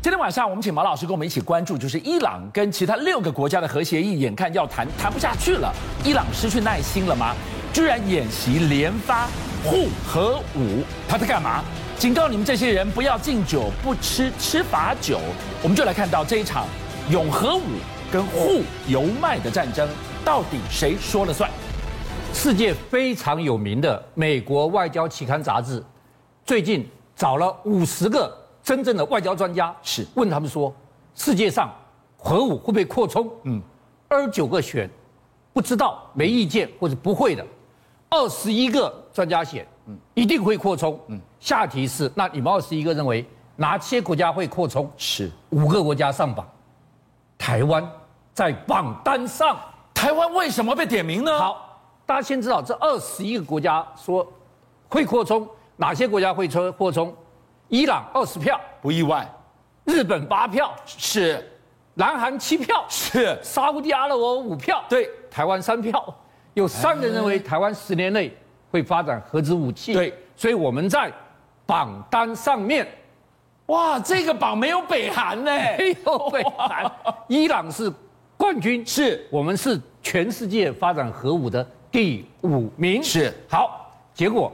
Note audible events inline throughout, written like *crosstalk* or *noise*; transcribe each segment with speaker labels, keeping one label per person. Speaker 1: 今天晚上，我们请毛老师跟我们一起关注，就是伊朗跟其他六个国家的核协议，眼看要谈谈不下去了，伊朗失去耐心了吗？居然演习连发互核武，他在干嘛？警告你们这些人不要敬酒不吃吃罚酒。我们就来看到这一场永和武跟互油麦的战争，到底谁说了算？
Speaker 2: 世界非常有名的美国外交期刊杂志，最近找了五十个真正的外交专家，
Speaker 1: 是
Speaker 2: 问他们说，世界上核武会不会扩充？嗯，二十九个选，不知道没意见或者不会的，二十一个专家写，嗯，一定会扩充。嗯，下题是那你们二十一个认为哪些国家会扩充？
Speaker 1: 是
Speaker 2: 五个国家上榜，台湾在榜单上。
Speaker 1: 台湾为什么被点名呢？，
Speaker 2: 好，大家先知道这二十一个国家说会扩充，哪些国家会扩扩充？伊朗二十票，
Speaker 1: 不意外，
Speaker 2: 日本八票，
Speaker 1: 是
Speaker 2: 南韩七票，
Speaker 1: 是，
Speaker 2: 沙烏地阿拉伯五票，
Speaker 1: 对，哎
Speaker 2: 台湾三票。有三个人认为台湾十年内会发展核子武器，
Speaker 1: 对，
Speaker 2: 所以我们在榜单上面
Speaker 1: 哇，这个榜没有北韩呢，
Speaker 2: 没有北韩， *laughs* 伊朗是冠军，
Speaker 1: 是
Speaker 2: 我们是全世界发展核武的第五名。
Speaker 1: 是
Speaker 2: 好，结果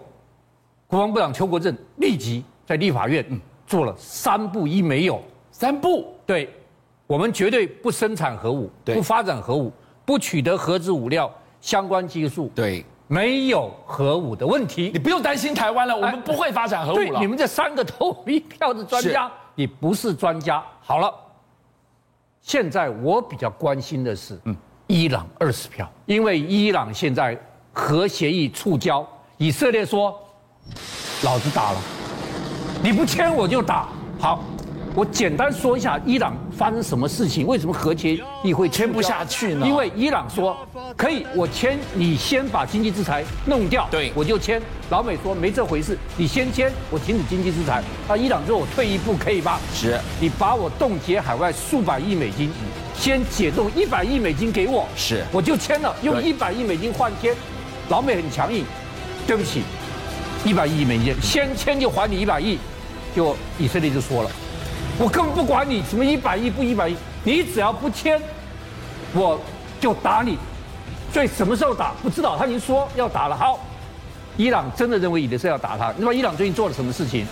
Speaker 2: 国防部长邱国正立即在立法院、
Speaker 1: 嗯
Speaker 2: 做了三不一没有，
Speaker 1: 三步
Speaker 2: 对我们绝对不生产核武，
Speaker 1: 对
Speaker 2: 不发展核武，不取得核子武料相关技术，
Speaker 1: 对
Speaker 2: 没有核武的问题
Speaker 1: 你。不用担心台湾了，我们不会发展核武
Speaker 2: 对，
Speaker 1: 了。
Speaker 2: 你们这三个投一票的专家，你不是专家。好了，现在我比较关心的是，
Speaker 1: 嗯
Speaker 2: 伊朗二十票，因为伊朗现在核协议触礁，以色列说，老子打了，你不签我就打。好，我简单说一下伊朗发生什么事情，为什么核协议会
Speaker 1: 签不
Speaker 2: 触礁
Speaker 1: 下去呢
Speaker 2: 因为伊朗说可以，我签，你先把经济制裁弄掉，
Speaker 1: 对
Speaker 2: 我就签。老美说没这回事，你先签，我停止经济制裁。那伊朗说我退一步可以吧？
Speaker 1: 是
Speaker 2: 你把我冻结海外数百亿美金，先解冻一百亿美金给我，
Speaker 1: 是
Speaker 2: 我就签了，用
Speaker 1: 对
Speaker 2: 一百亿美金换签。老美很强硬，对不起，一百亿美金，先签就还你一百亿。就以色列就说了，我根本不管你什么一百亿不一百亿，你只要不签，我就打你。所以什么时候打不知道，他已经说要打了。好，伊朗真的认为以色列是要打他。那么伊朗最近做了什么事情？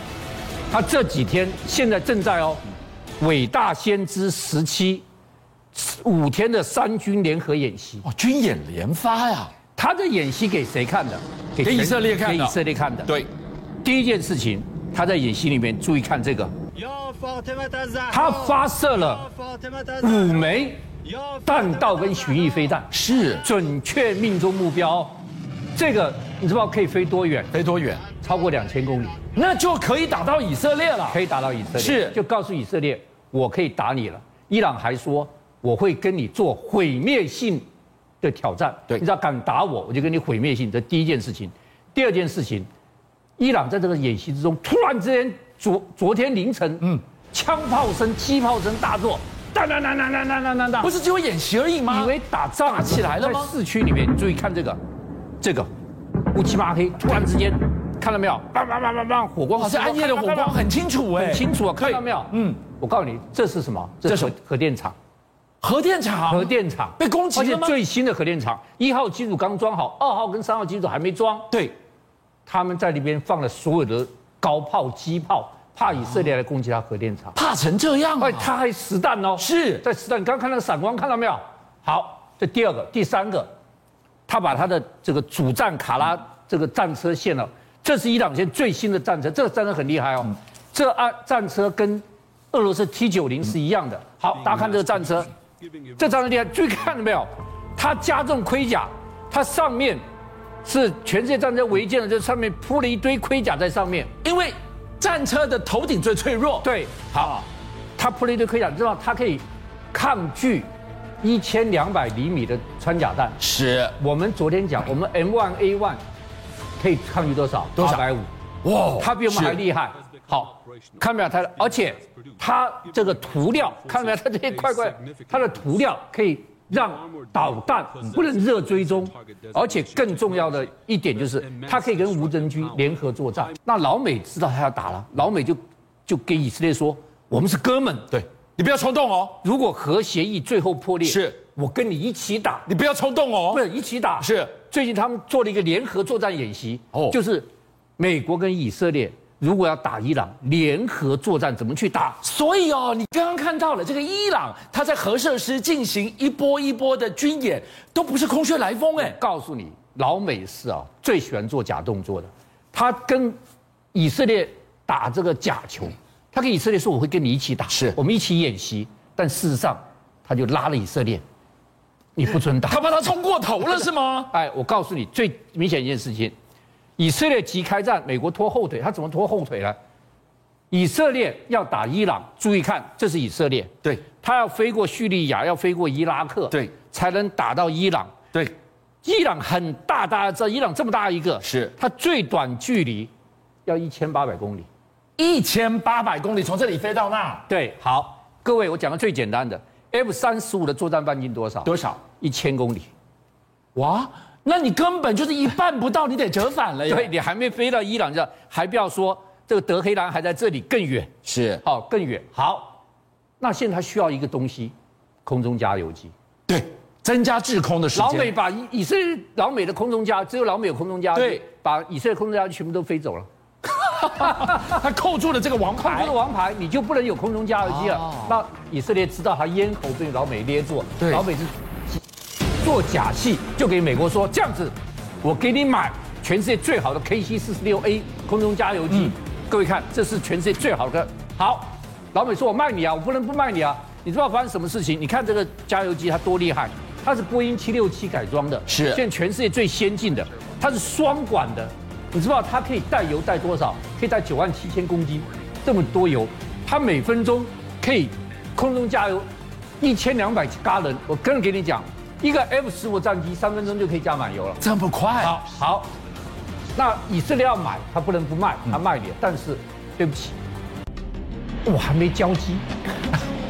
Speaker 2: 他这几天现在正在哦，伟大先知时期五天的三军联合演习。
Speaker 1: 哦，军演连发呀，
Speaker 2: 他的演习给谁看的？给
Speaker 1: 给以
Speaker 2: 全
Speaker 1: 色列看的
Speaker 2: 给以色列看的。，
Speaker 1: 对，
Speaker 2: 第一件事情，他在演习里面注意看这个，他
Speaker 3: 他
Speaker 2: 发射了五枚弹道跟巡弋飞弹，
Speaker 1: 是
Speaker 2: 准确命中目标哦。这个你知道可以飞多远？
Speaker 1: 飞多远？
Speaker 2: 超过两千公里，
Speaker 1: 那就可以打到以色列了。
Speaker 2: 可以打到以色列。
Speaker 1: 是
Speaker 2: 就告诉以色列，我可以打你了。伊朗还说，我会跟你做毁灭性的挑战。
Speaker 1: 对
Speaker 2: 你只要敢打我，我就跟你毁灭性。这第一件事情。第二件事情，伊朗在这个演习之中，突然之间，昨昨天凌晨，嗯，枪炮声、机炮声大作，当当当当当当当当当
Speaker 1: 不，是只有演习而已吗？
Speaker 2: 以为打仗
Speaker 1: 打起来了吗
Speaker 2: 在市区里面，你注意看这个，这个乌漆嘛黑，突然之间，看到没有？梆梆梆梆梆，火光
Speaker 1: 好哦像暗夜的火光很清楚哎，
Speaker 2: 很清楚啊，
Speaker 1: 对
Speaker 2: 看到没有？
Speaker 1: 嗯
Speaker 2: 嗯，我告诉你，这是什么？啊这
Speaker 1: 这是
Speaker 2: 是核核电厂，
Speaker 1: 核电厂，
Speaker 2: 核电厂
Speaker 1: 被攻击
Speaker 2: 而
Speaker 1: 了
Speaker 2: 且
Speaker 1: 吗
Speaker 2: 最新的核电厂，一号机组刚装好，二号跟三号机组还没装，
Speaker 1: 对，
Speaker 2: 他们在里边放了所有的高炮、机炮，怕以色列来攻击他核电厂。
Speaker 1: 怕成这样啊
Speaker 2: 哎，！他还实弹哦，
Speaker 1: 是
Speaker 2: 在实弹。你刚看那个闪光，看到没有？好，这第二个、第三个，他把他的这个主战卡拉这个战车线了，这是伊朗现在最新的战车，这个战车很厉害哦，这啊战车跟俄罗斯 T 九零是一样的。好，大家看这个战车，这张厉害，注意看到没有？它加重盔甲，它上面是全世界战车违建的，这上面铺了一堆盔甲在上面。
Speaker 1: 因为战车的头顶最脆弱，，
Speaker 2: 对，
Speaker 1: 好，
Speaker 2: 它铺了一堆盔甲，你知道它可以抗拒一千两百厘米的穿甲弹。
Speaker 1: 是
Speaker 2: 我们昨天讲，我们 M1A1 可以抗拒多少？
Speaker 1: 多少
Speaker 2: 八百五，
Speaker 1: 哇，
Speaker 2: 它比我们还
Speaker 1: 害。
Speaker 2: 厉害。好，看到没有它的？而且它这个
Speaker 1: *laughs*
Speaker 2: 涂料，看到没有？它这些块块，它的涂料可以让导弹不能热追踪，而且更重要的一点就是，它可以跟无人机联合作战。那老美知道他要打了，老美就就给以色列说，我们是哥们。
Speaker 1: 对，你不要冲动哦，
Speaker 2: 如果核协议最后破裂，
Speaker 1: 是
Speaker 2: 我跟你一起打，
Speaker 1: 你不要冲动哦。
Speaker 2: 不是一起打。
Speaker 1: 是
Speaker 2: 最近他们做了一个联合作战演习，
Speaker 1: 哦
Speaker 2: 哦，就是美国跟以色列如果要打伊朗，联合作战怎么去打？
Speaker 1: 所以哦，你刚刚看到了这个伊朗，它在核设施进行一波一波的军演，都不是空穴来风哎。
Speaker 2: 告诉你，老美是啊，最喜欢做假动作的。他跟以色列打这个假球，他跟以色列说我会跟你一起打，
Speaker 1: 是
Speaker 2: 我们一起演习。但事实上，他就拉了以色列，你不准打。
Speaker 1: 他把他冲过头了是吗？
Speaker 2: 哎，我告诉你，最明显一件事情，以色列急开战，美国拖后腿，他怎么拖后腿呢？以色列要打伊朗，注意看，这是以色列，
Speaker 1: 对
Speaker 2: 他要飞过叙利亚，要飞过伊拉克，
Speaker 1: 对，
Speaker 2: 才能打到伊朗。
Speaker 1: 对，
Speaker 2: 伊朗很大，大家知道，伊朗这么大一个，
Speaker 1: 是
Speaker 2: 它最短距离要一千八百公里。
Speaker 1: 一千八百公里从这里飞到那
Speaker 2: 对，好，各位，我讲个最简单的，F 三十五的作战半径多少？
Speaker 1: 多少？
Speaker 2: 一千公里。
Speaker 1: 哇，那你根本就是一半不到，你得折返哎了呀。
Speaker 2: 对，，你还没飞到伊朗这，还不要说这个德黑兰还在这里更远，
Speaker 1: 是，
Speaker 2: 好、更远。好，那现在它需要一个东西，空中加油机。
Speaker 1: 对，增加制空的时间。
Speaker 2: 老美把以以色列老美的空中加，只有老美有空中加油机，
Speaker 1: 对
Speaker 2: 把以色列空中加油机全部都飞走了。
Speaker 1: 他扣住了这个王
Speaker 2: 空
Speaker 1: 牌
Speaker 2: 中的，王牌，你就不能有空中加油机了。
Speaker 1: 哦
Speaker 2: 那以色列知道他咽喉被老美捏住，
Speaker 1: 对
Speaker 2: 老美是做假戏，就给美国说这样子，我给你买全世界最好的 KC 四十六 A 空中加油机。
Speaker 1: 嗯
Speaker 2: 各位看，这是全世界最好的。好，老美说我卖你啊，我不能不卖你啊。你知道发生什么事情？你看这个加油机它多厉害，它是波音七六七改装的，
Speaker 1: 是
Speaker 2: 现在全世界最先进的，它是双管的，你知道它可以带油带多少？可以带九万七千公斤，这么多油，它每分钟可以空中加油一千两百加仑。我跟人给你讲，一个 F 十五战机三分钟就可以加满油了。
Speaker 1: 这么快？
Speaker 2: 好，好，那以色列要买，它不能不卖，它卖你，但是对不起，我还没交机，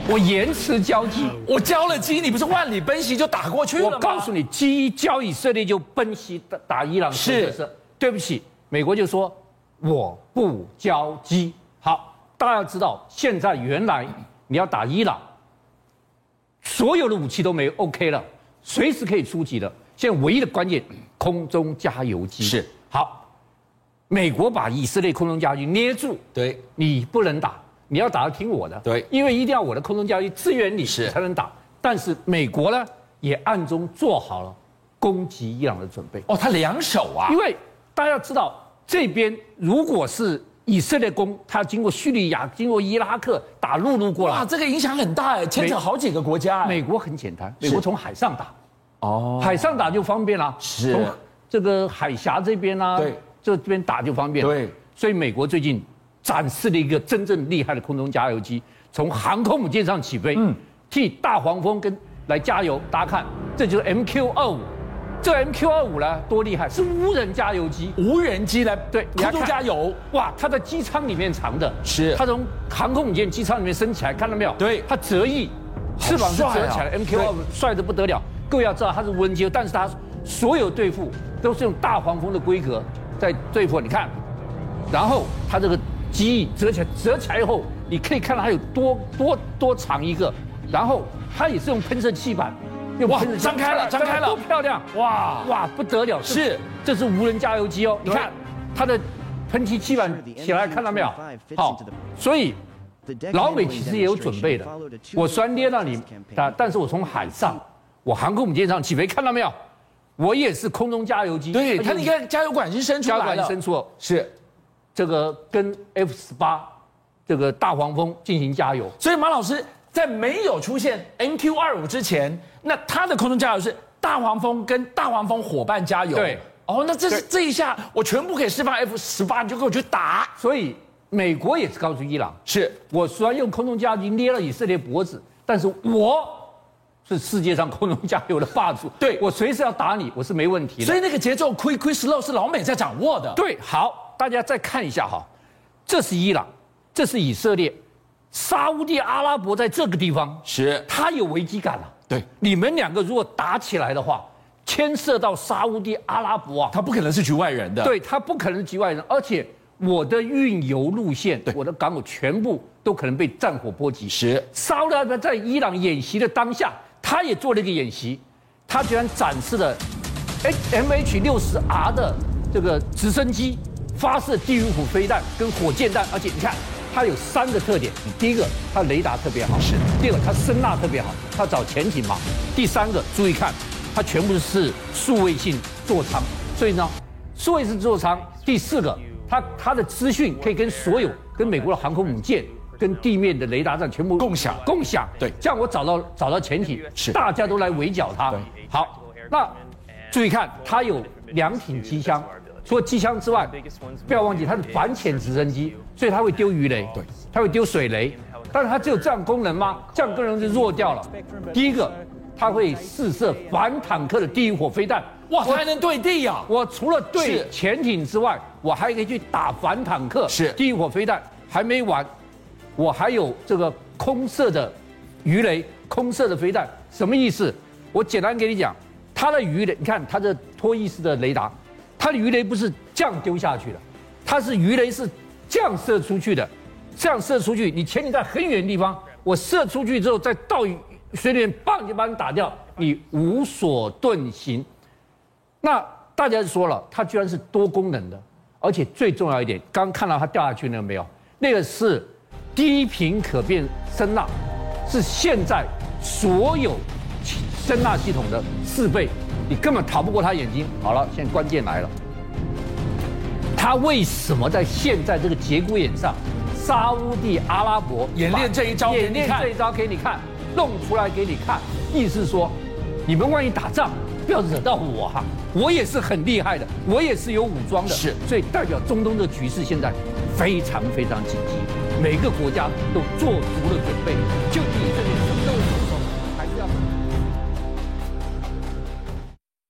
Speaker 2: 我延迟交机。
Speaker 1: 我交了机，你不是万里奔袭就打过去了吗？
Speaker 2: 我告诉你，基一交以色列就奔袭打打伊朗，
Speaker 1: 是
Speaker 2: 不对不起，美国就说我不交机。好，大家要知道，现在原来你要打伊朗，所有的武器都没有 OK 了，随时可以出击了。现在唯一的关键，空中加油机
Speaker 1: 是
Speaker 2: 好。美国把以色列空中加油机捏住，
Speaker 1: 对，
Speaker 2: 你不能打，你要打要听我的。
Speaker 1: 对
Speaker 2: 因为一定要我的空中交易支援你，
Speaker 1: 是
Speaker 2: 你才能打。但是美国呢，也暗中做好了攻击伊朗的准备，
Speaker 1: 哦，他两手啊
Speaker 2: 因，为大家知道这边如果是以色列攻，他经过叙利亚，经过伊拉克打陆路过
Speaker 1: 哇，
Speaker 2: 来，
Speaker 1: 这个影响很大哎，牵扯好几个国家哎。
Speaker 2: 美国很简单，美国从海上打。
Speaker 1: 哦，
Speaker 2: 海上打就方便啦，
Speaker 1: 是
Speaker 2: 从这个海峡这边啊，
Speaker 1: 对，
Speaker 2: 这边打就方便。
Speaker 1: 对，
Speaker 2: 所以美国最近展示了一个真正厉害的空中加油机，从航空母舰上起飞，嗯，替大黄蜂跟来加油。大家看，这就是 MQ 二五，这 MQ 二五呢多厉害，是无人加油机。
Speaker 1: 无人机来
Speaker 2: 对你
Speaker 1: 空
Speaker 2: 来
Speaker 1: 中
Speaker 2: 看
Speaker 1: 加油，
Speaker 2: 哇，它在机舱里面藏的，
Speaker 1: 是
Speaker 2: 它从航空母舰机舱里面升起来，看到没有？
Speaker 1: 对
Speaker 2: 它折翼，翅膀是
Speaker 1: 好帅
Speaker 2: 折
Speaker 1: 啊
Speaker 2: 起来的，MQ 二帅的不得了。各位要知道它是无人机，但是它所有对付都是用大黄蜂的规格在对付。你看，然后它这个机翼折起来，折起来以后，你可以看到它有多多多长一个，然后它也是用喷射器板。用
Speaker 1: 哇
Speaker 2: 喷射器
Speaker 1: 张开了张开了
Speaker 2: 多漂亮！
Speaker 1: 哇
Speaker 2: 哇，不得了！这
Speaker 1: 是
Speaker 2: 这是无人加油机哦，你看它的喷气器板起来，看到没有？好，所以老美其实也有准备的。我虽然捏到你，但但是我从海
Speaker 1: 嗯
Speaker 2: 上，我航空母舰上起飞，看到没有？我也是空中加油机，
Speaker 1: 对，
Speaker 2: 而且
Speaker 1: 他那个哎加油管已经伸出
Speaker 2: 加
Speaker 1: 来
Speaker 2: 管
Speaker 1: 了，
Speaker 2: 深处
Speaker 1: 是。
Speaker 2: 这个跟 F 十八这个大黄蜂进行加油。
Speaker 1: 所以马老师在没有出现 MQ 二五之前，那他的空中加油是大黄蜂跟大黄蜂伙伴加油。
Speaker 2: 对，
Speaker 1: 哦，那这是
Speaker 2: 对
Speaker 1: 这一下我全部可以释放 F 十八，你就给我去打。
Speaker 2: 所以美国也是告诉伊朗，
Speaker 1: 是
Speaker 2: 我虽然用空中加油机捏了以色列脖子，但是我是世界上空中加油的霸主，
Speaker 1: 对
Speaker 2: 我随时要打你，我是没问题的。
Speaker 1: 所以那个节奏 quick quick slow 是老美在掌握的。
Speaker 2: 对，好，大家再看一下哈，这是伊朗，这是以色列，沙乌地阿拉伯在这个地方，
Speaker 1: 是
Speaker 2: 他有危机感了、
Speaker 1: 对，
Speaker 2: 你们两个如果打起来的话，牵涉到沙乌地阿拉伯啊，
Speaker 1: 他不可能是局外人的。，
Speaker 2: 对他不可能局外人，而且我的运油路线
Speaker 1: 对，
Speaker 2: 我的港口全部都可能被战火波及。
Speaker 1: 是
Speaker 2: 沙特阿拉伯在伊朗演习的当下，他也做了一个演习，他居然展示了 M H 六十 R 的这个直升机发射地狱虎飞弹跟火箭弹，而且你看它有三个特点：第一个，它雷达特别好；
Speaker 1: 是
Speaker 2: 第二个，它声呐特别好，它找潜艇嘛；第三个，注意看，它全部是数位性座舱，所以呢，数位式座舱。第四个，它它的资讯可以跟所有跟美国的航空母舰。跟地面的雷达站全部
Speaker 1: 共享
Speaker 2: 共享，
Speaker 1: 对
Speaker 2: 这样我找到找到潜艇，
Speaker 1: 是
Speaker 2: 大家都来围剿它
Speaker 1: 对。
Speaker 2: 好，那注意看，它有两挺机枪，除了机枪之外，不要忘记它是反潜直升机，所以它会丢鱼雷，
Speaker 1: 对，
Speaker 2: 它会丢水雷。但是它只有这样功能吗？这样功能就弱掉了。第一个，它会试射反坦克的地狱火飞弹，
Speaker 1: 哇，它还能对地啊呀、
Speaker 2: 我除了对
Speaker 1: 是
Speaker 2: 潜艇之外，我还可以去打反坦克、
Speaker 1: 是
Speaker 2: 地狱火飞弹。还没完，我还有这个空射的鱼雷、空射的飞弹，什么意思？我简单给你讲，它的鱼雷，你看它的脱衣式的雷达，它的鱼雷不是这样丢下去的，它是鱼雷是这样射出去的，这样射出去，你潜艇在很远的地方，我射出去之后再到水里面，棒就把你打掉，你无所遁形。那大家就说了，它居然是多功能的，而且最重要一点，刚看到它掉下去那个没有？那个是低频可变声呐，是现在所有声呐系统的四倍，你根本逃不过它眼睛。好了，现在关键来了，它为什么在现在这个节骨眼上，沙乌地阿拉伯
Speaker 1: 演练这一招给
Speaker 2: 演
Speaker 1: 你
Speaker 2: 练
Speaker 1: 看
Speaker 2: 这一招给你看，弄出来给你看，意思是说，你们万一打仗，不要惹到我哈、我也是很厉害的，我也是有武装的，
Speaker 1: 是
Speaker 2: 所以代表中东的局势现在非常非常紧急，每个国家都做足了准备，就以色列什么都没有做，还是要。